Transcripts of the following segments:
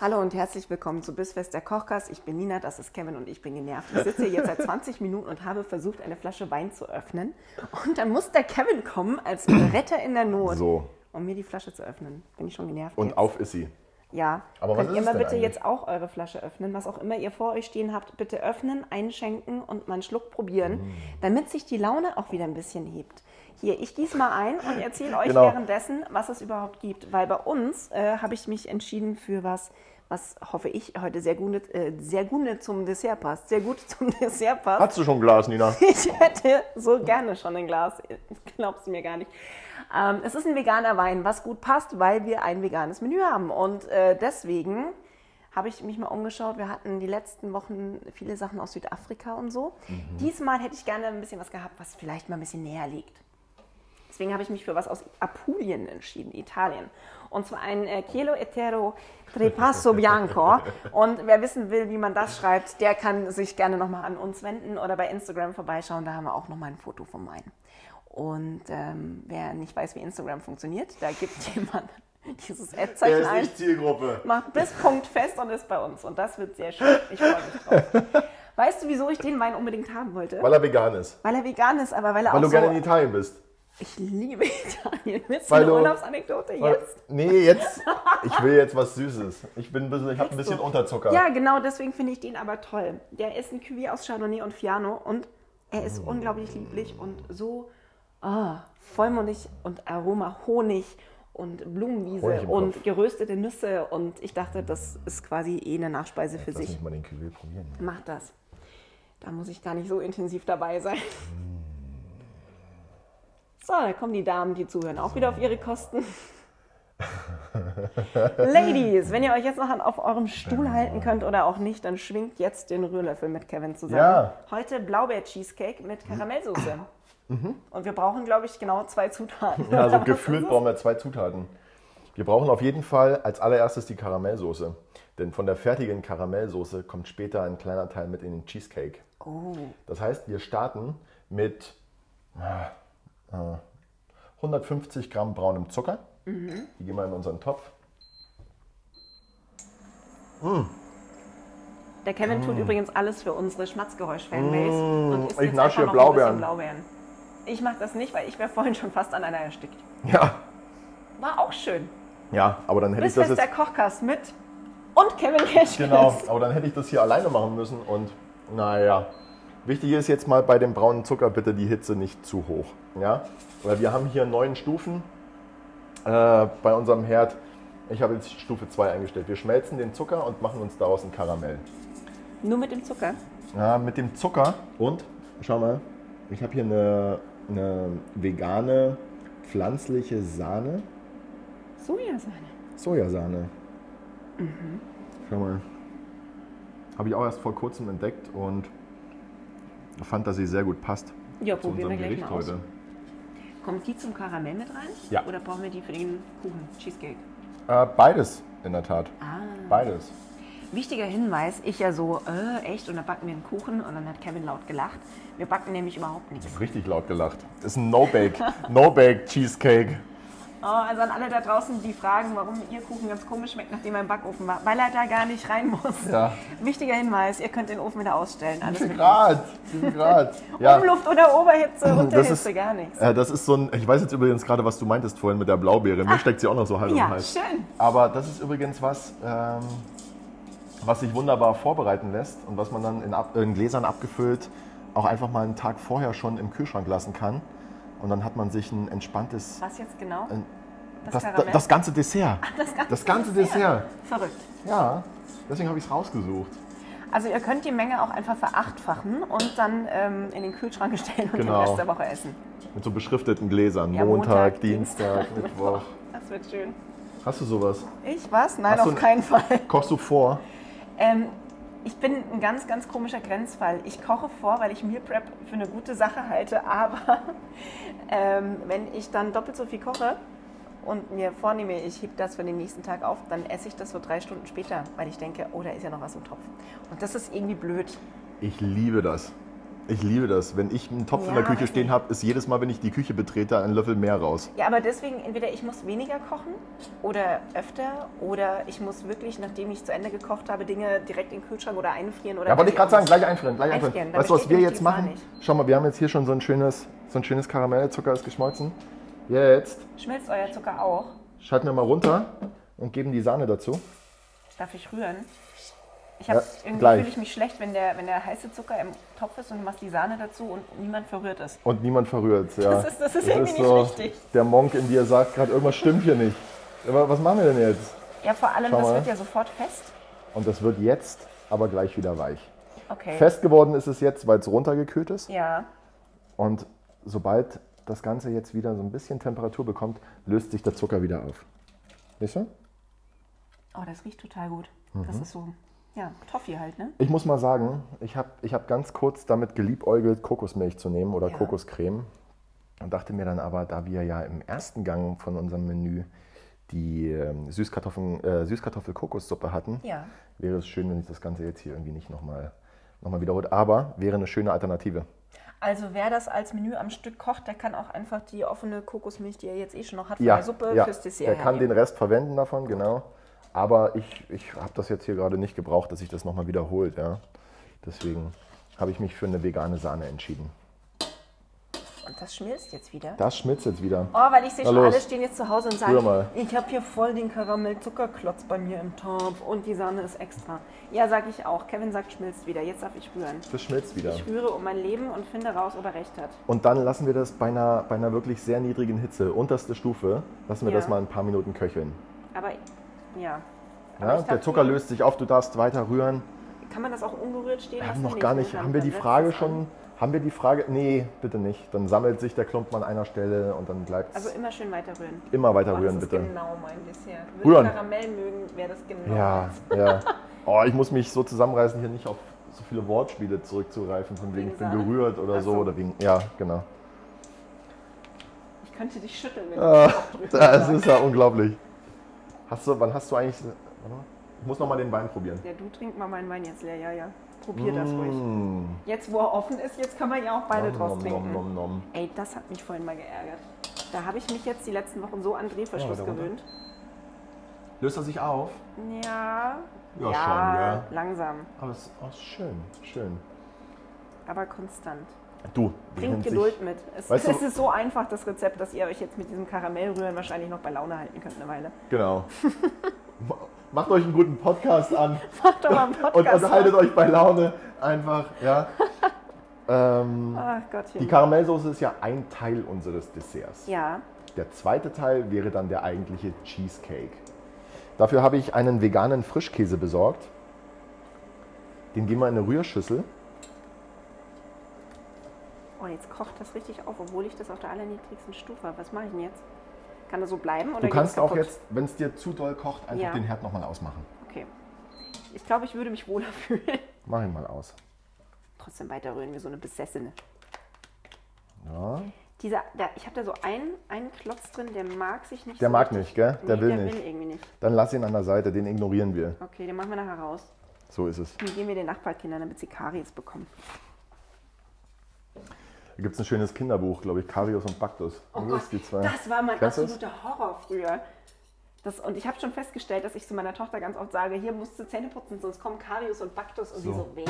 Hallo und herzlich willkommen zu Bissfest der Kochkast. Ich bin Nina, das ist Kevin und ich bin genervt. Ich sitze hier jetzt seit 20 Minuten und habe versucht, eine Flasche Wein zu öffnen. Und dann muss der Kevin kommen als Retter in der Not, So, um mir die Flasche zu öffnen. Bin ich schon genervt. und jetzt. auf ist sie. Ja. Aber was Könnt ist ihr es mal denn bitte eigentlich? jetzt auch eure Flasche öffnen, was auch immer ihr vor euch stehen habt, bitte öffnen, einschenken und mal einen Schluck probieren, Mm. damit sich die Laune auch wieder ein bisschen hebt. Hier, ich gieße mal ein und erzähle euch Genau. währenddessen, was es überhaupt gibt. Weil bei uns äh, habe ich mich entschieden für was, was hoffe ich heute sehr gut, äh, sehr gut zum Dessert passt. Sehr gut zum Dessert passt. Hast du schon ein Glas, Nina? Ich hätte so gerne schon ein Glas. Glaubst du mir gar nicht. Ähm, es ist ein veganer Wein, was gut passt, weil wir ein veganes Menü haben. Und äh, deswegen habe ich mich mal umgeschaut. Wir hatten die letzten Wochen viele Sachen aus Südafrika und so. Diesmal hätte ich gerne ein bisschen was gehabt, was vielleicht mal ein bisschen näher liegt. Deswegen habe ich mich für was aus Apulien entschieden, Italien. Und zwar ein äh, Chelo Etero Trepasso Bianco. Und wer wissen will, wie man das schreibt, der kann sich gerne nochmal an uns wenden oder bei Instagram vorbeischauen. Da haben wir auch nochmal ein Foto von meinem. Und ähm, wer nicht weiß, wie Instagram funktioniert, da gibt jemand dieses Ad-Zeichen ein Zielgruppe. macht bis Punkt fest und ist bei uns. Und das wird sehr schön. Ich freue mich drauf. Weißt du, wieso ich den Wein unbedingt haben wollte? Weil er vegan ist. Weil er vegan ist, aber weil er Weil auch du gerne so... in Italien bist. ich liebe Italien. Willst du Weil eine du- Urlaubsanekdote Weil- jetzt? Nee, jetzt. Ich will jetzt was Süßes. Ich bin ein bisschen, ich habe ein bisschen So. Unterzucker. Ja, genau, deswegen finde ich den aber toll. Der ist ein Cuvée aus Chardonnay und Fiano und er ist Oh. unglaublich lieblich und so ah, vollmundig und Aroma Honig und Honig Blumenwiese im und Kopf. geröstete Nüsse und ich dachte, das ist quasi eh eine Nachspeise für Lass sich. mich mal den Kübel probieren. Mach das. Da muss ich gar nicht so intensiv dabei sein. So, da kommen die Damen, die zuhören, auch wieder auf ihre Kosten. Ladies, wenn ihr euch jetzt noch an- auf eurem Genau. Stuhl halten könnt oder auch nicht, dann schwingt jetzt den Rührlöffel mit Kevin zusammen. Ja. Mhm. Heute Blaubeer-Cheesecake mit Karamellsoße. Und wir brauchen, glaube ich, genau zwei Zutaten. Ja, Oder also was ist gefühlt es? brauchen wir zwei Zutaten. Wir brauchen auf jeden Fall als allererstes die Karamellsoße. Denn von der fertigen Karamellsoße kommt später ein kleiner Teil mit in den Cheesecake. Das heißt, wir starten mit äh, äh, 150 Gramm braunem Zucker. Die geben wir in unseren Topf. Der Kevin tut übrigens alles für unsere Schmatzgeräusch-Fanbase. und isst Mm. ich jetzt einfach nasche hier noch ein bisschen Blaubeeren. Blaubeeren. Ich mache das nicht, weil ich wäre vorhin schon fast an einer erstickt. Ja, War auch schön. ja, aber dann hätte Bis ich das fest jetzt. der Kochkast mit und Kevin Cash. Genau, aber dann hätte ich das hier alleine machen müssen und naja. Wichtig ist jetzt mal bei dem braunen Zucker bitte die Hitze nicht zu hoch. Ja? Weil wir haben hier neun Stufen äh, bei unserem Herd. Ich habe jetzt Stufe 2 eingestellt. Wir schmelzen den Zucker und machen uns daraus ein Karamell. Nur mit dem Zucker. Ja, mit dem Zucker und, schau mal, ich habe hier eine, eine vegane, pflanzliche Sahne, Sojasahne. Sojasahne. Schau mal. Habe ich auch erst vor kurzem entdeckt und fand, dass sie sehr gut passt Ja, zu probieren wir unserem gleich Gericht mal aus. heute. Kommt die zum Karamell mit rein? Ja. Oder brauchen wir die für den Kuchen, Cheesecake? Äh, beides, in der Tat. Ah. Beides. Wichtiger Hinweis, ich ja so, äh, echt, und dann backen wir einen Kuchen und dann hat Kevin laut gelacht. Wir backen nämlich überhaupt nichts. Richtig laut gelacht. Ist ein No-Bake. No-Bake-Cheesecake. Oh, also an alle da draußen, die fragen, warum ihr Kuchen ganz komisch schmeckt, nachdem er im Backofen war. Weil er da gar nicht rein muss. Ja. Wichtiger Hinweis, ihr könnt den Ofen wieder ausstellen. Alles mit Grad. sieben Grad. Ja. Umluft oder Oberhitze, Unterhitze, ist- gar nichts. Äh, das ist so ein, ich weiß jetzt übrigens gerade, was du meintest vorhin mit der Blaubeere. Mir steckt sie auch noch so halb im Ah. Ja, Hals. schön. Aber das ist übrigens was, ähm, was sich wunderbar vorbereiten lässt und was man dann in, ab, in Gläsern abgefüllt auch einfach mal einen Tag vorher schon im Kühlschrank lassen kann. Und dann hat man sich ein entspanntes, Was jetzt genau? Ein- das, das, das, Karamell? Ah, ganze Dessert. Das ganze Das ganze Dessert. Verrückt. Ja, deswegen habe ich es rausgesucht. Also ihr könnt die Menge auch einfach verachtfachen und dann ähm, in den Kühlschrank stellen und Genau. den Rest der Woche essen. Mit so beschrifteten Gläsern. Ja, Montag, Montag, Dienstag, Mittwoch. Das wird schön. Hast du sowas? Ich was? Nein, Hast du auf ein- keinen Fall. Kochst du vor? Ähm, ich bin ein ganz, ganz komischer Grenzfall. Ich koche vor, weil ich Meal Prep für eine gute Sache halte, aber ähm, wenn ich dann doppelt so viel koche und mir vornehme, ich heb das für den nächsten Tag auf, dann esse ich das so drei Stunden später, weil ich denke, oh, da ist ja noch was im Topf. Und das ist irgendwie blöd. Ich liebe das. Ich liebe das. Wenn ich einen Topf in Ja, der Küche weiß stehen nicht. habe, ist jedes Mal, wenn ich die Küche betrete, ein Löffel mehr raus. Ja, aber deswegen entweder ich muss weniger kochen oder öfter oder ich muss wirklich, nachdem ich zu Ende gekocht habe, Dinge direkt in den Kühlschrank oder einfrieren oder. Ja, wollte ich gerade sagen, weiß gleich einfrieren, gleich einfrieren. Einfrieren, weißt du, damit was wir steht jetzt die Gefahr machen? nicht. Schau mal, wir haben jetzt hier schon so ein schönes, so ein schönes Karamell, Zucker ist geschmolzen. Jetzt ich. Schmilzt euer Zucker auch? schalten wir mal runter und geben die Sahne dazu. Darf ich rühren? Ich hab, Ja, irgendwie gleich. fühle ich mich schlecht, wenn der, wenn der heiße Zucker im Topf ist und du machst die Sahne dazu und niemand verrührt es. Und niemand verrührt ja. Das ist- das ist irgendwie nicht richtig. Der Monk in dir sagt gerade, irgendwas stimmt hier nicht. Aber was machen wir denn jetzt? Ja, vor allem, Schau das mal. wird ja sofort fest. Und das wird jetzt aber gleich wieder weich. Okay. Fest geworden ist es jetzt, weil es runtergekühlt ist. Ja. Und sobald das Ganze jetzt wieder so ein bisschen Temperatur bekommt, löst sich der Zucker wieder auf. Siehst du? Oh, das riecht total gut. Das Mhm. ist so, ja, Toffee halt, ne? Ich muss mal sagen, ich habe ich hab ganz kurz damit geliebäugelt, Kokosmilch zu nehmen oder Ja. Kokoscreme. Und dachte mir dann aber, da wir ja im ersten Gang von unserem Menü die ähm, Süßkartoffeln- äh, Süßkartoffel-Kokossuppe hatten, Ja. wäre es schön, wenn sich das Ganze jetzt hier irgendwie nicht nochmal noch mal wiederholt. Aber wäre eine schöne Alternative. Also wer das als Menü am Stück kocht, der kann auch einfach die offene Kokosmilch, die er jetzt eh schon noch hat, von der Suppe fürs Dessert er kann den hernehmen. Rest verwenden davon, genau. Aber ich, ich habe das jetzt hier gerade nicht gebraucht, dass sich das nochmal wiederholt. Ja. Deswegen habe ich mich für eine vegane Sahne entschieden. Und das schmilzt jetzt wieder. Das schmilzt jetzt wieder. Oh, weil ich sehe Na schon, los. alle stehen jetzt zu Hause und Rühr sagen, mal. ich habe hier voll den Karamellzuckerklotz bei mir im Topf und die Sahne ist extra. Ja, sag ich auch. Kevin sagt, schmilzt wieder. Jetzt darf ich rühren. Das schmilzt wieder. Ich rühre um mein Leben und finde raus, ob er recht hat. Und dann lassen wir das bei einer, bei einer wirklich sehr niedrigen Hitze, unterste Stufe, lassen wir Ja. das mal ein paar Minuten köcheln. Aber ja. Aber Ja, ich der dachte, Zucker löst sich auf, du darfst weiter rühren. Kann man das auch ungerührt stehen? Wir haben lassen? noch Nee, gar ich nicht, finde, haben wir dann die setzt Frage das an. schon, haben wir die Frage, nee, bitte nicht. Dann sammelt sich der Klumpen an einer Stelle und dann bleibt es Also immer schön weiter rühren. immer weiter Oh, rühren, das ist bitte. genau mein Dessert. Würde Rühren. Karamell mögen, wäre das genau. Ja, ja. Oh, ich muss mich so zusammenreißen, hier nicht auf so viele Wortspiele zurückzureifen, von wegen ich bin Sahne. gerührt oder Ach so so. oder wegen. Ja, genau. Ich könnte dich schütteln, wenn Ah, du das auch drüber Das sagst. ist ja unglaublich. Hast du, wann hast du eigentlich. Warte mal. Ich muss nochmal den Wein probieren. Ja, du trink mal meinen Wein jetzt leer, ja, ja. Probier das Mm. ruhig. Jetzt, wo er offen ist, jetzt kann man ja auch beide draus Nom, nom, trinken. nom, nom. Ey, das hat mich vorhin mal geärgert. Da habe ich mich jetzt die letzten Wochen so an Drehverschluss Ja, da gewöhnt. Löst er sich auf? Ja, Ja, schon, langsam, ja. Aber es ist oh, schön, schön. aber konstant. Du, wie Bringt nennt sich- Geduld mit. Es, Weißt du- es ist so einfach, das Rezept, dass ihr euch jetzt mit diesem Karamellrühren wahrscheinlich noch bei Laune halten könnt eine Weile. Genau. Ma- Macht euch einen guten Podcast an. Macht doch mal einen und halt Podcast. unterhaltet euch bei Laune einfach, ja. ähm, Ach die Gottchen. Karamellsoße ist ja ein Teil unseres Desserts. Ja, Der zweite Teil wäre dann der eigentliche Cheesecake. Dafür habe ich einen veganen Frischkäse besorgt. Den geben wir in eine Rührschüssel. oh, jetzt kocht das richtig auf, obwohl ich das auf der allerniedrigsten Stufe habe. Was mache ich denn jetzt? Kann das so bleiben? Oder Du geht kannst das auch kaputt? jetzt, wenn es dir zu doll kocht, einfach Ja. den Herd nochmal ausmachen. Okay. Ich glaube, ich würde mich wohler fühlen. Mach ihn mal aus. Trotzdem weiter rühren wir so eine Besessene. Ja. Dieser, da, ich habe da so einen, einen Klotz drin, der mag sich nicht. Der so mag richtig. nicht, gell? Der nee, will der nicht. will irgendwie nicht. Dann lass ihn an der Seite, den ignorieren wir. Okay, den machen wir nachher raus. So ist es. Den geben wir den Nachbarkindern, damit sie Karies bekommen. Da gibt es ein schönes Kinderbuch, glaube ich, Karius und Baktus. Oh Nur Gott, die zwei. das war mein Kennst du's? absoluter Horror früher. Das, und ich habe schon festgestellt, dass ich zu meiner Tochter ganz oft sage, hier musst du Zähne putzen, sonst kommen Karius und Baktus. Und sie so, wer?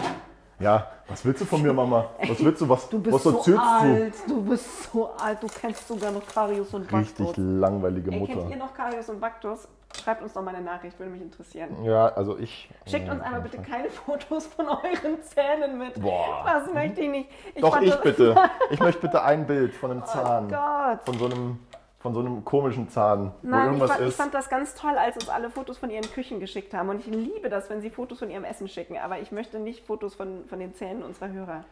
Ja, was willst du von mir, Mama? Was willst du, was, Du bist was so erzählst alt, du bist so alt, du kennst sogar noch Karius und du? Baktus. Richtig langweilige Ey, kennt Mutter. ihr noch Karius und Baktus? Schreibt uns doch mal eine Nachricht, würde mich interessieren. Ja, also ich. Schickt uns aber bitte keine Fotos von euren Zähnen mit. Boah. Das möchte ich nicht. Doch, fand ich das- bitte. Ich möchte bitte ein Bild von einem Zahn. Oh Gott. Von so einem, von so einem komischen Zahn, wo Nein, ich irgendwas fand, ich ist. fand das ganz toll, als uns alle Fotos von ihren Küchen geschickt haben. Und ich liebe das, wenn sie Fotos von ihrem Essen schicken. Aber ich möchte nicht Fotos von, von den Zähnen unserer Hörer.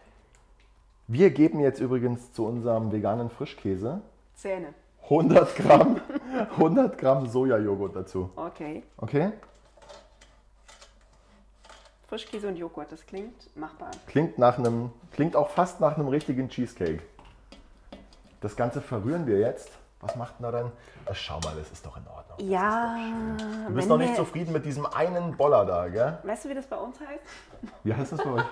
Wir geben jetzt übrigens zu unserem veganen Frischkäse Zähne. 100 Gramm, 100 Gramm Sojajoghurt dazu. Okay. Okay? Frischkäse und Joghurt, das klingt machbar. Klingt nach einem, klingt auch fast nach einem richtigen Cheesecake. Das Ganze verrühren wir jetzt. Was macht denn da dann? Ach, schau mal, das ist doch in Ordnung. Das Ja, ist doch schön. Du wenn bist noch nicht wir- zufrieden mit diesem einen Boller da, gell? Weißt du, wie das bei uns heißt? Wie heißt das bei euch?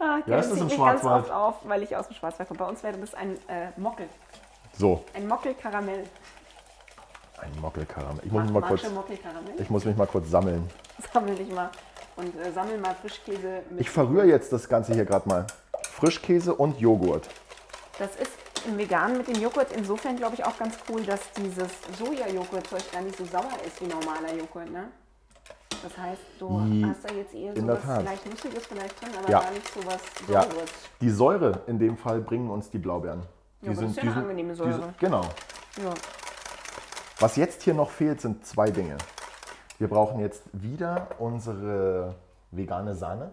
Ah, okay, Ja, es ist zieht im mich ganz Schwarzwald. oft auf, weil ich aus dem Schwarzwald komme. Bei uns wäre das ein äh, Mockel. So, Ein Mockel-Karamell. ein Mockelkaramell. Ich muss, Mach, mich mal kurz, magst du Mockel-Karamell? ich muss mich mal kurz sammeln. Sammel dich mal. Und äh, sammel mal Frischkäse mit. Ich verrühre jetzt das Ganze hier gerade mal. Frischkäse und Joghurt. Das ist im Veganen mit dem Joghurt insofern, glaube ich, auch ganz cool, dass dieses Soja-Joghurt-Zeug gar nicht so sauer ist wie normaler Joghurt, ne? Das heißt, du Die- hast da jetzt eher in der sowas Tat. leicht Nussiges vielleicht drin, aber Ja. gar nicht sowas Ja. Saures. Die Säure in dem Fall bringen uns die Blaubeeren. Die Ja, aber das ist ja eine angenehme Säure. sind- genau. Ja. Was jetzt hier noch fehlt, sind zwei Dinge. Wir brauchen jetzt wieder unsere vegane Sahne.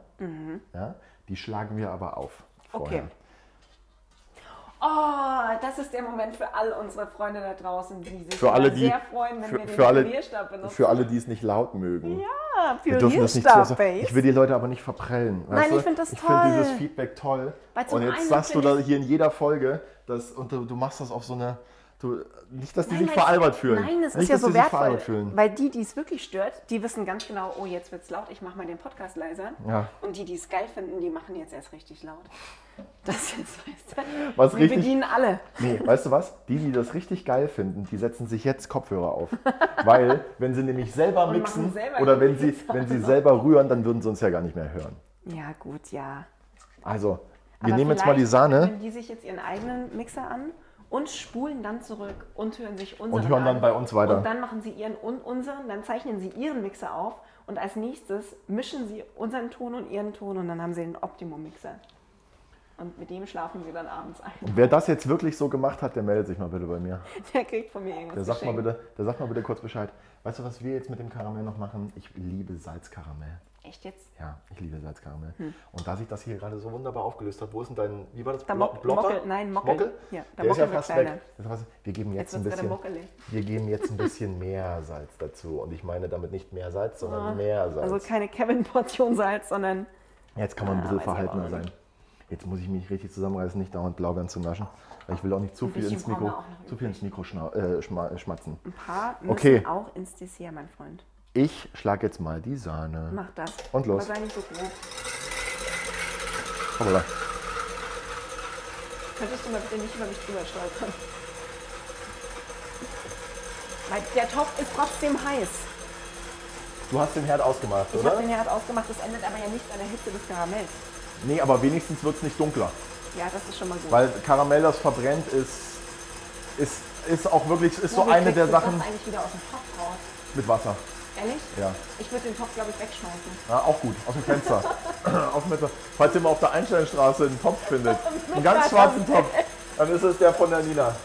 Ja, die schlagen wir aber auf. Vorher. Mhm. Okay. Oh, das ist der Moment für all unsere Freunde da draußen, die sich Für alle, immer die, sehr freuen, wenn für, wir den für alle, Pürierstab benutzen. für alle, die es nicht laut mögen. Ja, Ah, wir dürfen das nicht zu Pürierstab, Babes. Ich will die Leute aber nicht verprellen. Nein, ich find das Ich finde toll. dieses Feedback toll. Weil zum Und jetzt einen sagst du find da hier in jeder Folge, dass, und du, du machst das auf so eine. Du, nicht, dass die Nein, sich weil- veralbert fühlen. Nein, es nicht, ist ja dass so die sich wertvoll, veralbert fühlen. weil die, die es wirklich stört, die wissen ganz genau, oh, jetzt wird's laut, ich mache mal den Podcast leiser. Ja. Und die, die es geil finden, die machen jetzt erst richtig laut. Das jetzt, weißt du, Was wir richtig- bedienen alle. Nee, weißt du was? Die, die das richtig geil finden, die setzen sich jetzt Kopfhörer auf. Weil, wenn sie nämlich selber Und mixen machen selber oder die wenn sie, wenn sie selber rühren, dann würden sie uns ja gar nicht mehr hören. Ja, gut, ja. Also, wir Aber nehmen jetzt mal die vielleicht Sahne Nehmen die sich jetzt ihren eigenen Mixer an und spulen dann zurück und hören sich unseren und hören an. dann bei uns Und weiter. dann machen sie ihren und unseren, dann zeichnen sie ihren Mixer auf und als nächstes mischen sie unseren Ton und ihren Ton und dann haben sie den Optimum-Mixer. Und mit dem schlafen sie dann abends ein. Und wer das jetzt wirklich so gemacht hat, der meldet sich mal bitte bei mir. Der kriegt von mir irgendwas. Der sagt, mal geschenkt. bitte, der sagt mal bitte kurz Bescheid. Weißt du, was wir jetzt mit dem Karamell noch machen? Ich liebe Salzkaramell. Echt jetzt? Ja, ich liebe Salzkaramell. Hm. Und da sich das hier gerade so wunderbar aufgelöst hat, wo ist denn dein, wie war das? Der Blo- Mock- Mockel, nein, Mockel. Ja, der der ist ja Mockel wird fast kleiner. weg. Das war's. wir geben jetzt, Jetzt ein wird's bisschen, gerade mockelig. wir geben jetzt ein bisschen mehr Salz dazu. Und ich meine damit nicht mehr Salz, sondern mehr Salz. Also keine Kevin-Portion Salz, sondern jetzt kann man ein Ah, bisschen weiß ich verhaltener aber auch sein. Jetzt muss ich mich richtig zusammenreißen, nicht dauernd Blaubeeren zu naschen. Weil ich will auch nicht zu viel bisschen ins brauchen wir Mikro, auch noch zu viel ins Mikro schnau, äh, schma, schmatzen. ein paar müssen Okay. auch ins Dessert, mein Freund. Ich schlage jetzt mal die Sahne. Mach das. Und los. Aber sei nicht so grob. Hoppala. Könntest du mal bitte nicht über mich drüber stolpern? Weil der Topf ist trotzdem heiß. Du hast den Herd ausgemacht, Ich habe oder? den Herd ausgemacht, das ändert aber ja nicht an der Hitze des Karamells. Nee, aber wenigstens wird es nicht dunkler. Ja, das ist schon mal gut. Weil Karamell, das verbrennt, ist, ist, ist auch wirklich ist so Womit eine kriegst der du Sachen Also Das eigentlich wieder aus dem Topf raus. mit Wasser. Ehrlich? Ja. Ich würde den Topf, glaube ich, wegschmeißen. ja, auch gut, aus dem Fenster. aus dem Fenster. Falls ihr mal auf der Einsteinstraße einen Topf findet, einen ganz schwarzen Topf, dann ist es der von der Nina.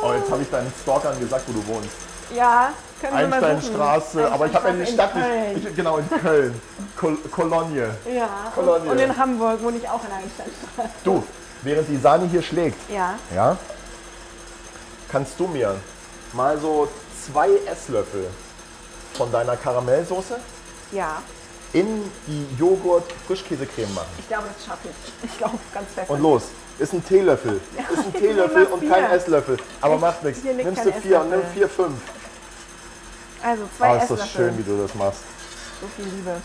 Oh, jetzt habe ich deinen Stalkern gesagt, wo du wohnst. Ja, können wir mal suchen. Einsteinstraße, aber ich habe ja die Stadt in Köln. nicht. Ich, genau, in Köln. Kol Kolonie. Ja, und, Kolonie. und in Hamburg wohne ich auch in Einsteinstraße. Du, während die Sahne hier schlägt, Ja, ja, kannst du mir mal so zwei Esslöffel von deiner Karamellsoße ja. in die Joghurt-Frischkäsecreme machen. Ich glaube, das schaffe ich. Ich glaube, ganz fest. Und los, ist ein Teelöffel. Ist ein Teelöffel nehme und kein vier. Esslöffel. Aber macht nichts. hier liegt Nimmst du kein vier und nimm Esslöffel. vier, fünf. Also zwei Ah, ist das Esslöffel. schön, wie du das machst. So viel Liebe.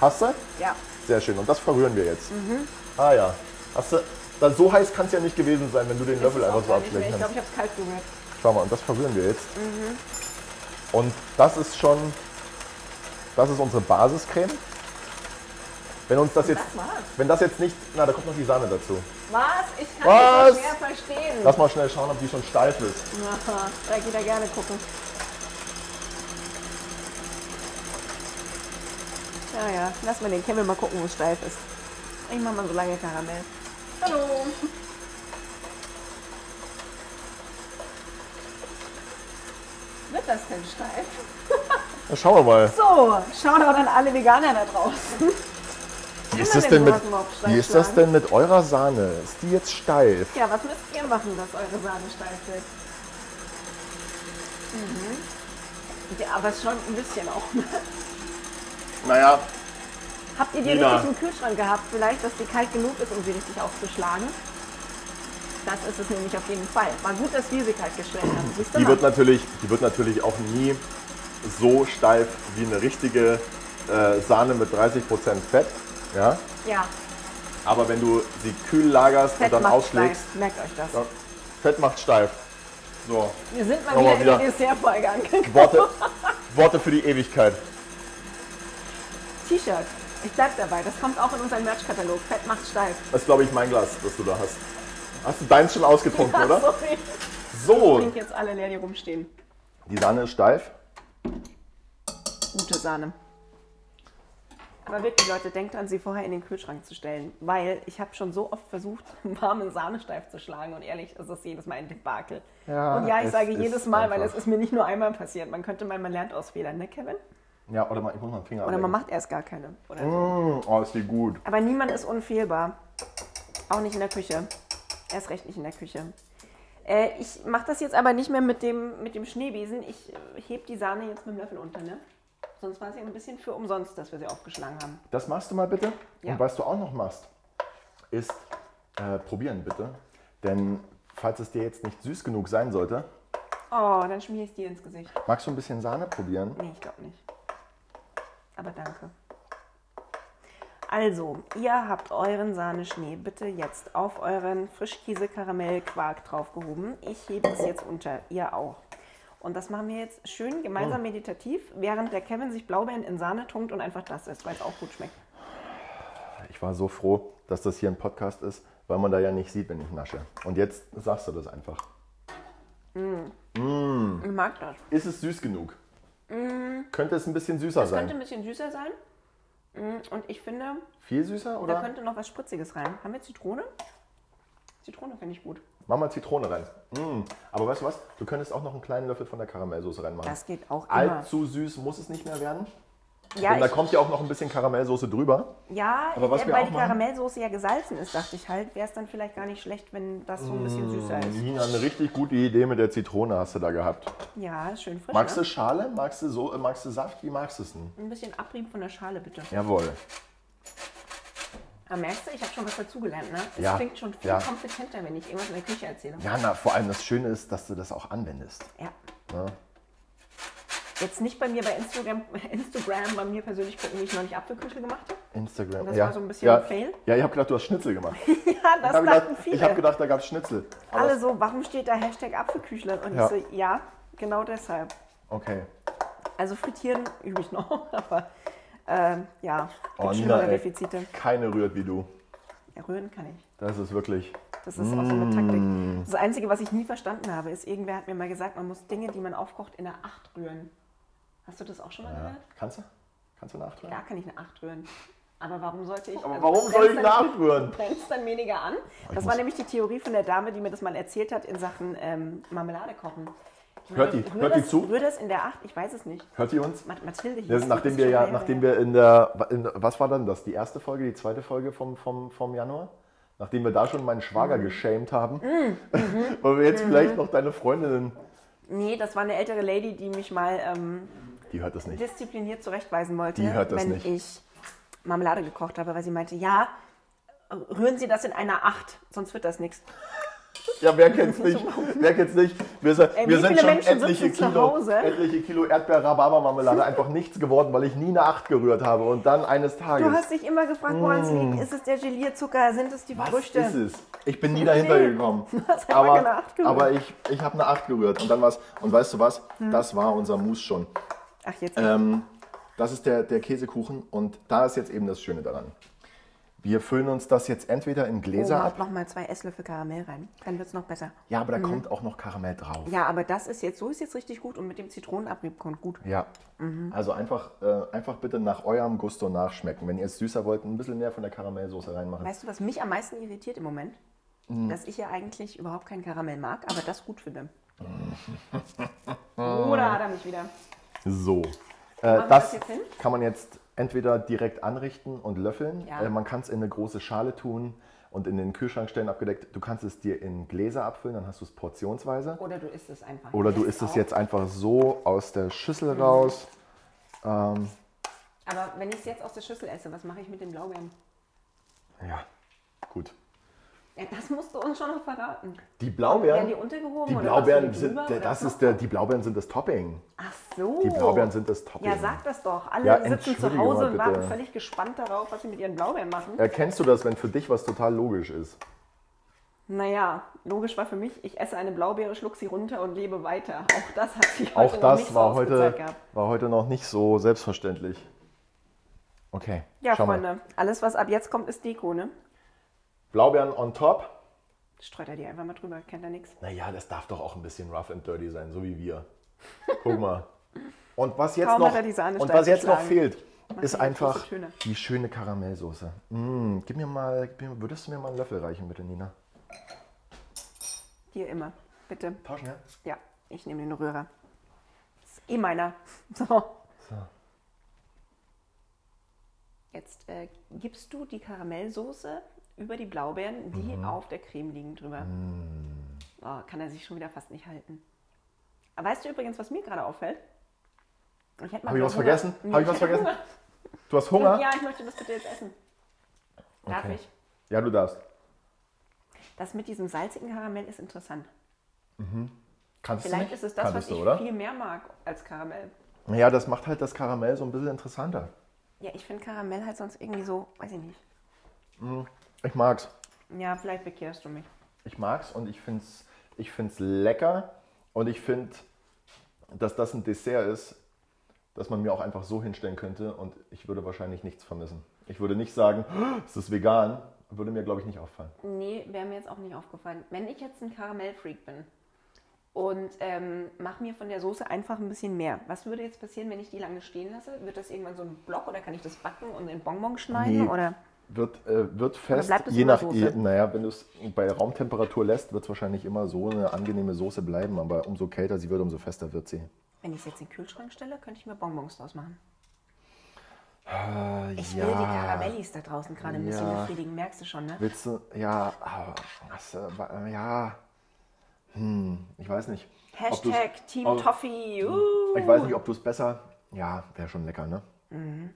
Hast du? Ja. Sehr schön. Und das verrühren wir jetzt. Mhm. Ah ja. Hast du? Dann so heiß kann es ja nicht gewesen sein, wenn du den Löffel Das ist einfach auch so gar nicht mehr. abschlecken Ich glaube, kannst. ich habe es kalt gerührt. Schau mal, und das verrühren wir jetzt. Mhm. Und das ist schon, das ist unsere Basiscreme. Wenn uns das jetzt, Das war's. wenn das jetzt nicht, na, da kommt noch die Sahne dazu. Was? Ich kann Was? das so schwer verstehen. Lass mal schnell schauen, ob die schon steif ist. Aha, da geht er gerne gucken. Ja, ja, lass mal den Kevin mal gucken, wo es steif ist. Ich mach mal so lange Karamell. Hallo. Wird das denn steif? Na, schauen wir mal. So, Shoutout an alle Veganer da draußen. Wie Kann ist, man das den denn mit, Hasen auch steif wie ist das schlagen? denn mit eurer Sahne? Ist die jetzt steif? Ja, was müsst ihr machen, dass eure Sahne steif wird? Ja, aber schon ein bisschen auch. ne? Naja, Habt ihr die Nina. richtig im Kühlschrank gehabt? Vielleicht, dass die kalt genug ist, um sie richtig aufzuschlagen? Das ist es nämlich auf jeden Fall. War gut, dass wir sie kalt gestellt haben. Siehst du die wird, mal? natürlich, die wird natürlich auch nie so steif wie eine richtige äh, Sahne mit 30% Fett. Ja? Ja, Aber wenn du sie kühl lagerst Fett und dann macht ausschlägst, steif. Merkt euch das. Ja. Fett macht steif. So, Wir sind mal Ja, wieder, mal wieder. in die Dessertfolge angekommen. Worte, Worte für die Ewigkeit. T-Shirt. Ich bleib dabei. Das kommt auch in unseren Merch-Katalog. Fett macht steif. Das ist, glaube ich, mein Glas, das du da hast. Hast du deins schon ausgetrunken, oder? Sorry. So, Trink jetzt alle leer, die rumstehen. die Sahne ist steif. Gute Sahne. Aber wirklich, Leute, denkt dran, sie vorher in den Kühlschrank zu stellen. Weil ich habe schon so oft versucht, warme Sahne steif zu schlagen. Und ehrlich, es ist jedes Mal ein Debakel. Ja, und ja, ich es sage ist jedes Mal, weil es einfach- ist mir nicht nur einmal passiert. Man könnte meinen, man lernt aus Fehlern, ne, Kevin? Ja, oder mal, ich muss mal einen Finger Oder man anlegen. macht erst gar keine. Oder so. Oh, ist die gut. Aber niemand ist unfehlbar. Auch nicht in der Küche. Erst recht nicht in der Küche. Äh, ich mache das jetzt aber nicht mehr mit dem, mit dem Schneebesen. Ich äh, heb die Sahne jetzt mit dem Löffel unter, ne? Sonst war es ja ein bisschen für umsonst, dass wir sie aufgeschlagen haben. Das machst du mal bitte. Ja. Und was du auch noch machst, ist äh, probieren bitte. Denn falls es dir jetzt nicht süß genug sein sollte, Oh, dann schmier ich dir ins Gesicht. magst du ein bisschen Sahne probieren? Nee, ich glaube nicht. Aber danke. Also, ihr habt euren Sahneschnee bitte jetzt auf euren Frischkäse-Karamell-Quark draufgehoben. Ich hebe es jetzt unter, ihr auch. Und das machen wir jetzt schön gemeinsam meditativ, während der Kevin sich Blaubeeren in Sahne tunkt und einfach das isst, weil es auch gut schmeckt. Ich war so froh, dass das hier ein Podcast ist, weil man da ja nicht sieht, wenn ich nasche. Und jetzt sagst du das einfach. Ich mag das. Ist es süß genug? Könnte es ein bisschen süßer Das Mm. könnte ein sein? bisschen süßer sein. Mm, Und ich finde, Viel süßer da oder? könnte noch was Spritziges rein. Haben wir Zitrone? Zitrone finde ich gut. Mach mal Zitrone rein. Mm. Aber weißt du was? Du könntest auch noch einen kleinen Löffel von der Karamellsoße reinmachen. Das geht auch immer. Allzu süß muss es nicht mehr werden. Ja, Denn da ich- kommt ja auch noch ein bisschen Karamellsoße drüber. Ja, Aber was äh, wir weil auch die machen- Karamellsoße ja gesalzen ist, dachte ich halt, wäre es dann vielleicht gar nicht schlecht, wenn das so ein Mm. bisschen süßer ist. Nina, eine richtig gute Idee mit der Zitrone hast du da gehabt. Ja, ist schön frisch. Magst du ne? Schale? Magst du, so, äh, magst du Saft? Wie magst du es denn? Ein bisschen Abrieb von der Schale, bitte. Jawohl. Aber merkst du, ich habe schon was dazugelernt, ne? Es Ja, klingt schon viel ja. kompetenter, wenn ich irgendwas in der Küche erzähle. Ja, na, vor allem das Schöne ist, dass du das auch anwendest. Ja. Jetzt nicht bei mir bei Instagram, Instagram bei mir persönlich gucken, wie ich neulich Apfelküchel gemacht habe. Instagram. Das ja. war so ein bisschen ja. ein Fail. Ja, ich habe gedacht, du hast Schnitzel gemacht. Ja, das ich dachten habe gedacht, viele. ich hab gedacht, da gab es Schnitzel. Aber Alle es- so, warum steht da Hashtag Apfelküchler? Und Ja. ich so, ja, genau deshalb. Okay. Also frittieren übe ich noch, aber äh, ja, gibt Oh, Nina, schlimmere ey, Defizite. keine rührt wie du. Rühren kann ich. Das ist wirklich. Das ist auch so Mm. eine Taktik. Das Einzige, was ich nie verstanden habe, ist, irgendwer hat mir mal gesagt, man muss Dinge, die man aufkocht, in eine Acht rühren. Hast du das auch schon mal Ja. gehört? Kannst du? Kannst du nachrühren? Ja, kann ich eine Acht rühren. Aber warum sollte ich. also Aber warum soll ich nachrühren? Brennt es dann weniger an? Das war muss- nämlich die Theorie von der Dame, die mir das mal erzählt hat in Sachen ähm, Marmelade kochen. Ich Hört die- rühr hört die das, zu? Rühr das in der Acht? Ich weiß es nicht. Hört ihr uns? Mat- Mathilde hieß Das ist, nachdem wir ja, nachdem wir in der, in, was war dann das? Die erste Folge, die zweite Folge vom, vom, vom Januar? Nachdem wir da schon meinen Schwager Mhm. geschämt haben. Weil wir jetzt vielleicht noch deine Freundinnen. Nee, das war eine ältere Lady, die mich mal ähm, Die hört das nicht. diszipliniert zurechtweisen wollte, Die hört das wenn nicht. ich Marmelade gekocht habe, weil sie meinte, ja, rühren Sie das in einer Acht, sonst wird das nichts. Ja, wer kennt's nicht? Wer kennt's nicht? Wir, sind- Ey, wir Äh, wie sind viele schon Menschen etliche sitzen zu Kilo, Hause? etliche Kilo Erdbeer-Rhabarber-Marmelade einfach nichts geworden, weil ich nie eine Acht gerührt habe. Und dann eines Tages. Du hast dich immer gefragt, woran es liegt. Ist es der Gelierzucker? Sind es die Hm. was Früchte? ist es? Ich bin nie dahinter Nee. gekommen. hast einfach keine aber Acht gerührt. Hm. aber ich, ich habe eine Acht gerührt. Und dann war's. Und weißt du was? Das war unser Mousse schon. Ach, jetzt. Ähm, das ist der, der Käsekuchen und da ist jetzt eben das Schöne daran. Wir füllen uns das jetzt entweder in oh, Gläser mach ab. nochmal zwei Esslöffel Karamell rein. Dann wird es noch besser. Ja, aber da kommt auch noch Karamell drauf. Ja, aber das ist jetzt, so ist jetzt richtig gut und mit dem Zitronenabrieb kommt gut. Ja. Mhm. Also einfach, äh, einfach bitte nach eurem Gusto nachschmecken. Wenn ihr es süßer wollt, ein bisschen mehr von der Karamellsoße reinmachen. Weißt du, was mich am meisten irritiert im Moment? Hm. Dass ich ja eigentlich überhaupt keinen Karamell mag, aber das gut finde. Oder hat er mich wieder? So. wir Äh, das das jetzt hin? kann man jetzt entweder direkt anrichten und löffeln. Ja. Äh, man kann es in eine große Schale tun. und in den Kühlschrank stellen, abgedeckt. Du kannst es dir in Gläser abfüllen, dann hast du es portionsweise. Oder du isst es einfach. Oder du Das isst es auch. Mhm. jetzt einfach so aus der Schüssel raus. Aber wenn ich es jetzt aus der Schüssel esse, was mache ich mit den Blaubeeren? Ja, gut. Ja, das musst du uns schon noch verraten. Die Blaubeeren, Werden die untergehoben die oder Blaubeeren machst du die sind, drüber der, oder das was ist der, die Blaubeeren sind das Topping. Ach so. Die Blaubeeren sind das Topping. Ja, sag das doch. Alle Ja, sitzen zu entschuldige Hause mal und warten bitte. Äh. völlig gespannt darauf, was sie mit ihren Blaubeeren machen. Erkennst du das, wenn für dich was total logisch ist? Naja, logisch war für mich, ich esse eine Blaubeere, schluck sie runter und lebe weiter. Auch das hat sich heute Auch noch nicht das so war ausgezahlt heute, gehabt. war heute noch nicht so selbstverständlich. Okay, Ja, schau Freunde, mal. alles, was ab jetzt kommt, ist Deko, ne? Blaubeeren on top. Streut er die einfach mal drüber, kennt er nichts. Naja, das darf doch auch ein bisschen rough and dirty sein, so wie wir. Guck mal. Und was jetzt Kaum noch, hat er die Sahne und steif was jetzt noch geschlagen. fehlt, Macht ist die Soße einfach schöner. die schöne Karamellsoße. Mm, gib mir mal, gib mir, würdest du mir mal einen Löffel reichen, bitte, Nina? Hier immer, bitte. Tauschen, ja? Ja, ich nehme den Rührer. Ist eh meiner. So. So. Jetzt äh, gibst du die Karamellsoße über die Blaubeeren, die Mhm. auf der Creme liegen, drüber. Mm. Oh, kann er sich schon wieder fast nicht halten. Aber weißt du übrigens, was mir gerade auffällt? Ich hätte mal Hab ich wieder was Hunger. vergessen? Nee, Hab ich was hätte vergessen? Hunger. Du hast Hunger? Ja, ich möchte das bitte jetzt essen. Darf Okay. ich? Ja, du darfst. Das mit diesem salzigen Karamell ist interessant. Kannst du Vielleicht nicht? ist es das, Kanntest was ich du, oder? viel mehr mag als Karamell. Ja, das macht halt das Karamell so ein bisschen interessanter. Ja, ich finde Karamell halt sonst irgendwie so, weiß ich nicht. Ich mag's. Ja, vielleicht bekehrst du mich. Ich mag's und ich find's, ich find's lecker und ich finde, dass das ein Dessert ist, das man mir auch einfach so hinstellen könnte und ich würde wahrscheinlich nichts vermissen. Ich würde nicht sagen, "Oh, es ist vegan, würde mir glaube ich nicht auffallen. Nee, wäre mir jetzt auch nicht aufgefallen. Wenn ich jetzt ein Karamellfreak bin und ähm, mache mir von der Soße einfach ein bisschen mehr, was würde jetzt passieren, wenn ich die lange stehen lasse? Wird das irgendwann so ein Block oder kann ich das backen und in Bonbon schneiden? Nee. Oder? Wird, äh, wird fest, bleibt es je in der nach, je, Soße? naja, wenn du es bei Raumtemperatur lässt, wird es wahrscheinlich immer so eine angenehme Soße bleiben, aber umso kälter sie wird, umso fester wird sie. Wenn ich es jetzt in den Kühlschrank stelle, könnte ich mir Bonbons draus machen. Äh, Ich will die Karamellis da draußen gerade ein bisschen Ja. befriedigen, merkst du schon, ne? Willst du, ja, aber, was, äh, wa- ja, hm, ich weiß nicht. ob du's- Hashtag Team ob- Toffee. Uh. Ich weiß nicht, ob du es besser, ja, wäre schon lecker, ne? Mhm.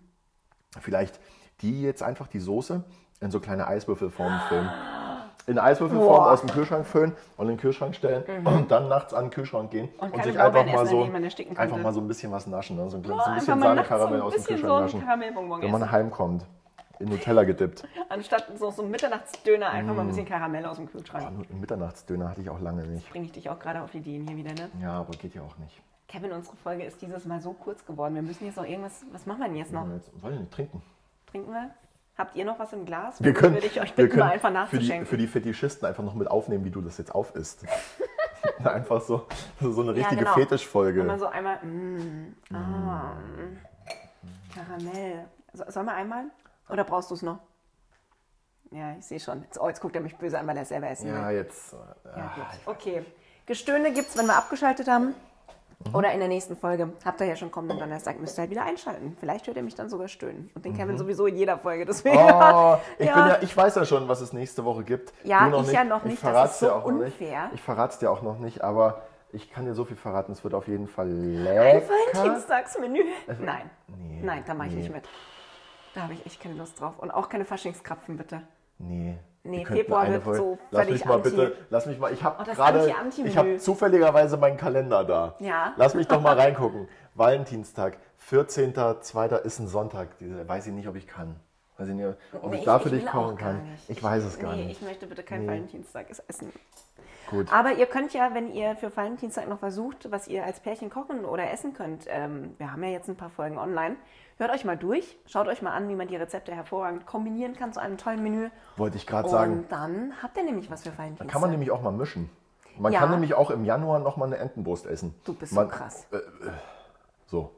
Vielleicht die jetzt einfach die Soße in so kleine Eiswürfelformen füllen. In Eiswürfelform Boah. Mhm. aus dem Kühlschrank füllen und in den Kühlschrank stellen und dann nachts an den Kühlschrank gehen Und und, keine sich Blaubeeren einfach essen, mal, an so, denen man ersticken einfach könnte. mal so ein bisschen was naschen. Ne? So ein, so einfach ein bisschen mal nachts so Sahnekaramell ein aus dem bisschen Kühlschrank so einen Karamellbonbon naschen. Wenn man essen. heimkommt, in Nutella gedippt. Anstatt so, so einen Mitternachtsdöner einfach Mm. mal ein bisschen Karamell aus dem Kühlschrank. Einen Mitternachtsdöner hatte ich auch lange nicht. Bringe ich dich auch gerade auf Ideen hier wieder, ne? Ja, aber geht ja auch nicht. Kevin, unsere Folge ist dieses Mal so kurz geworden. Wir müssen jetzt noch irgendwas. Was machen wir denn jetzt noch? Wollen wir Jetzt, wollen wir nicht trinken. Trinken wir? Habt ihr noch was im Glas? Wir können, Würde ich euch wir bitten, können mal einfach für, die, nachzuschenken. für die Fetischisten einfach noch mit aufnehmen, wie du das jetzt aufisst. einfach so, so eine richtige genau. Einmal Fetischfolge. so einmal. Mm, ah, mm, Karamell. So, sollen wir einmal? Oder brauchst du es noch? Ja, ich sehe schon. Jetzt, oh, jetzt guckt er mich böse an, weil er es selber essen ja, will. jetzt. äh, Ja, gut. Okay. Gestöhne gibt's, wenn wir abgeschaltet haben. Oder in der nächsten Folge. Habt ihr ja schon kommenden Donnerstag, müsst ihr halt wieder einschalten. Vielleicht hört ihr mich dann sogar stöhnen. Und den Kevin sowieso in jeder Folge. Deswegen. Mhm. Oh, ich, Ja. Bin ja, ich weiß ja schon, was es nächste Woche gibt. Ja, Du ich ja noch nicht. Das verrat's ist so dir auch noch unfair. Nicht. Ich verrat's dir auch noch nicht, aber ich kann dir so viel verraten, es wird auf jeden Fall Ein lecker. Äh, Valentinstagsmenü. Nein. Nee, Nein, da mache ich nee. nicht mit. Da habe ich echt keine Lust drauf. Und auch keine Faschingskrapfen, bitte. Nee. Nee, wir könnten Februar eine wird Folge- so Lass völlig mich mal anti. bitte, lass mich mal, ich Oh, habe das gerade, anti-anti-Menü. ich habe zufälligerweise meinen Kalender da. Ja. Lass mich doch mal reingucken. Valentinstag, 14.02. ist ein Sonntag. Diese, weiß ich nicht, ob ich kann. Weiß ich nicht, ob Nee, ich da für will dich auch kochen gar kann. nicht. Ich weiß es gar nee, nicht. ich möchte bitte kein Valentinstag essen. Gut. Aber ihr könnt ja, wenn ihr für Valentinstag noch versucht, was ihr als Pärchen kochen oder essen könnt, ähm, wir haben ja jetzt ein paar Folgen online, hört euch mal durch, schaut euch mal an, wie man die Rezepte hervorragend kombinieren kann zu einem tollen Menü. Wollte ich gerade Und sagen. dann habt ihr nämlich was für Valentinstag. Kann man nämlich auch mal mischen. Man Ja. kann nämlich auch im Januar noch mal eine Entenbrust essen. Du bist man, äh, so krass. So.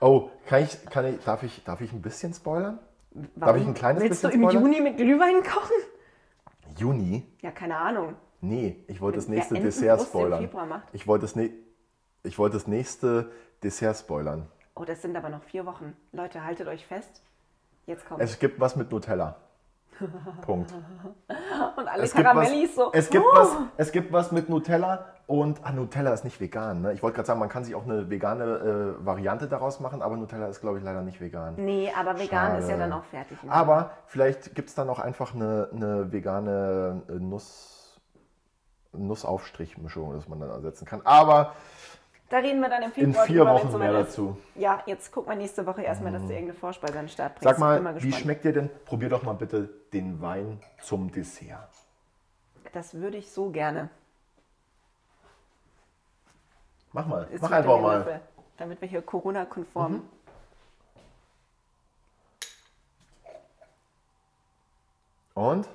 oh, kann ich, kann ich, darf ich, darf ich ein bisschen spoilern? Darf ich ein kleines Willst du bisschen im spoilern? Juni mit Glühwein kochen? Juni? Ja, keine Ahnung. Nee, ich wollte das Wer nächste Entenbrust Dessert im spoilern. Februar macht. Ich wollte das, ne ich wollte das nächste Dessert spoilern. Oh, das sind aber noch vier Wochen. Leute, haltet euch fest. Jetzt kommt. Es gibt was mit Nutella. Punkt. Und alle Es gibt, was, Karamellis so. es, gibt uh, was, es gibt was mit Nutella und ah, Nutella ist nicht vegan. Ne? Ich wollte gerade sagen, man kann sich auch eine vegane äh, Variante daraus machen, aber Nutella ist, glaube ich, leider nicht vegan. Nee, aber vegan ist ja Schade. dann auch fertig. ne? Aber vielleicht gibt es dann auch einfach eine, eine vegane äh, Nuss, Nussaufstrichmischung, das man dann ersetzen kann. Aber da reden wir dann im in Februar vier drüber, Wochen wenn's mehr soweit ist. dazu. Mhm. Ja, jetzt guck mal nächste Woche erstmal, dass du irgendeine Vorspeise an den Start bringst. Sag Ich bin mal, wie gespannt. schmeckt dir denn? Probier doch mal bitte den Wein zum Dessert. Das würde ich so gerne. Mach mal, Ist mach mit einfach dem mal. Mhm. Löffel, damit wir hier Corona-konform. Und?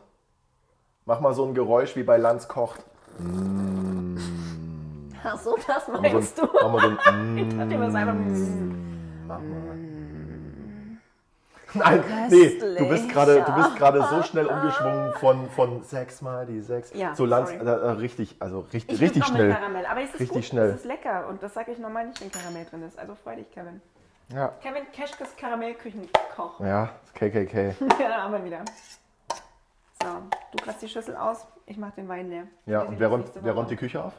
Mach mal so ein Geräusch wie bei Lanz kocht. Ach so, das Mach mal meinst so ein, du? mach mal so ein, mm, Ich dachte, wir sagen einfach, mach mal. Nein, nee, du bist gerade, du bist gerade so schnell umgeschwungen von, von sechs mal die sechs. Ja, so Lanz, äh, sorry. äh, richtig, also richtig, ich richtig noch schnell. Mit Karamell. Aber es ist Richtig gut, schnell. Es ist lecker und das sage ich normal nicht, wenn Karamell drin ist. Also freu dich, Kevin. Ja. Kevin Keschkes Karamellküchenkoch. ja, KKK. Ja, da haben wir ihn wieder. So, du kratzt die Schüssel aus, ich mach den Wein leer. Wir sehen Ja, und wer uns räumt, nächste wer Woche. räumt die Küche auf?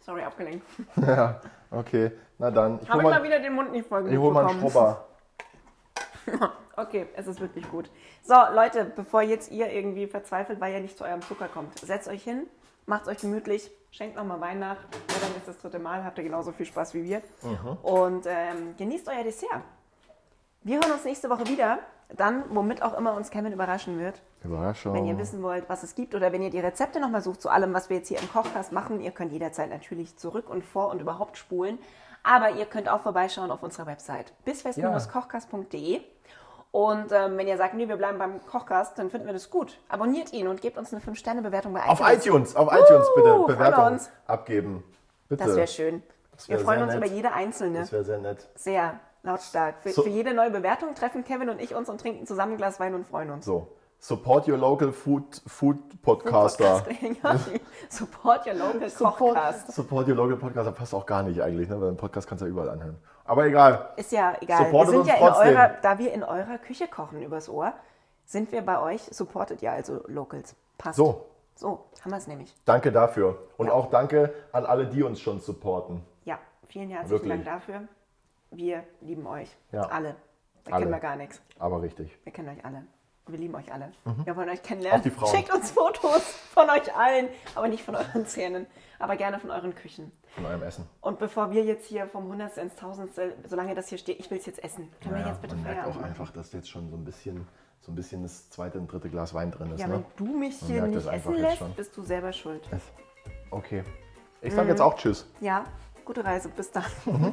Sorry, abgelenkt. Ja, okay. Na dann, ich hol Habe ich mal mal, wieder den Mund nicht voll ich genug hol mal einen bekommen. Schrubber. Okay, es ist wirklich gut. So, Leute, bevor jetzt ihr irgendwie verzweifelt, weil ihr nicht zu eurem Zucker kommt, setzt euch hin, macht euch gemütlich, schenkt nochmal Wein nach. Ja, dann ist das dritte Mal, habt ihr genauso viel Spaß wie wir. Und ähm, genießt euer Dessert. Wir hören uns nächste Woche wieder, dann, womit auch immer uns Kevin überraschen wird. Überraschung. Wenn ihr wissen wollt, was es gibt oder wenn ihr die Rezepte nochmal sucht zu allem, was wir jetzt hier im Kochkast machen, ihr könnt jederzeit natürlich zurück und vor und überhaupt spulen. Aber ihr könnt auch vorbeischauen auf unserer Website bisfest-kochkast.de. Und ähm, wenn ihr sagt, nee, wir bleiben beim Kochkast, dann finden wir das gut. Abonniert ihn und gebt uns eine 5-Sterne-Bewertung bei auf iTunes. iTunes, auf iTunes bitte freuen wir Bewertung Uh, uns. abgeben. Bitte. Das wäre schön. ne? wär wir freuen sehr uns nett. über jede einzelne. Das wäre sehr nett. Sehr lautstark. Für, So- für jede neue Bewertung treffen Kevin und ich uns und trinken zusammen ein Glas Wein und freuen uns. So, support your local food, food podcaster. Podcast. Ja, Support your local Kochkast. Support your local podcaster passt auch gar nicht eigentlich, ne? weil einen Podcast kannst du ja überall anhören. Aber egal. Ist ja egal. Supportet wir sind uns ja trotzdem. in eurer, da wir in eurer Küche kochen übers Ohr, sind wir bei euch, supportet ihr also Locals. Passt. So. So, haben wir es nämlich. Danke dafür. Und auch danke an alle, die uns schon supporten. Ja, vielen herzlichen Wirklich. Dank dafür. Wir lieben euch. Ja. Alle. Da Alle. kennen wir gar nichts. Aber richtig. Wir kennen euch alle. Wir lieben euch alle. Wir wollen euch Mhm. Auch kennenlernen. die Frauen. Schickt uns Fotos von euch allen, aber nicht von euren Zähnen, aber gerne von euren Küchen. Von eurem Essen. Und bevor wir jetzt hier vom Hundertste ins Tausendste, solange das hier steht, ich will es jetzt essen. Können wir Naja, jetzt bitte man merkt Feierabend auch machen? einfach, dass jetzt schon so ein bisschen, so ein bisschen das zweite und dritte Glas Wein drin ist. Ja, ne? wenn du mich Man hier merkt nicht das einfach essen jetzt lässt, schon. bist du selber schuld. Okay. Ich sag Mhm. jetzt auch Tschüss. Ja, gute Reise, bis dann. Oh.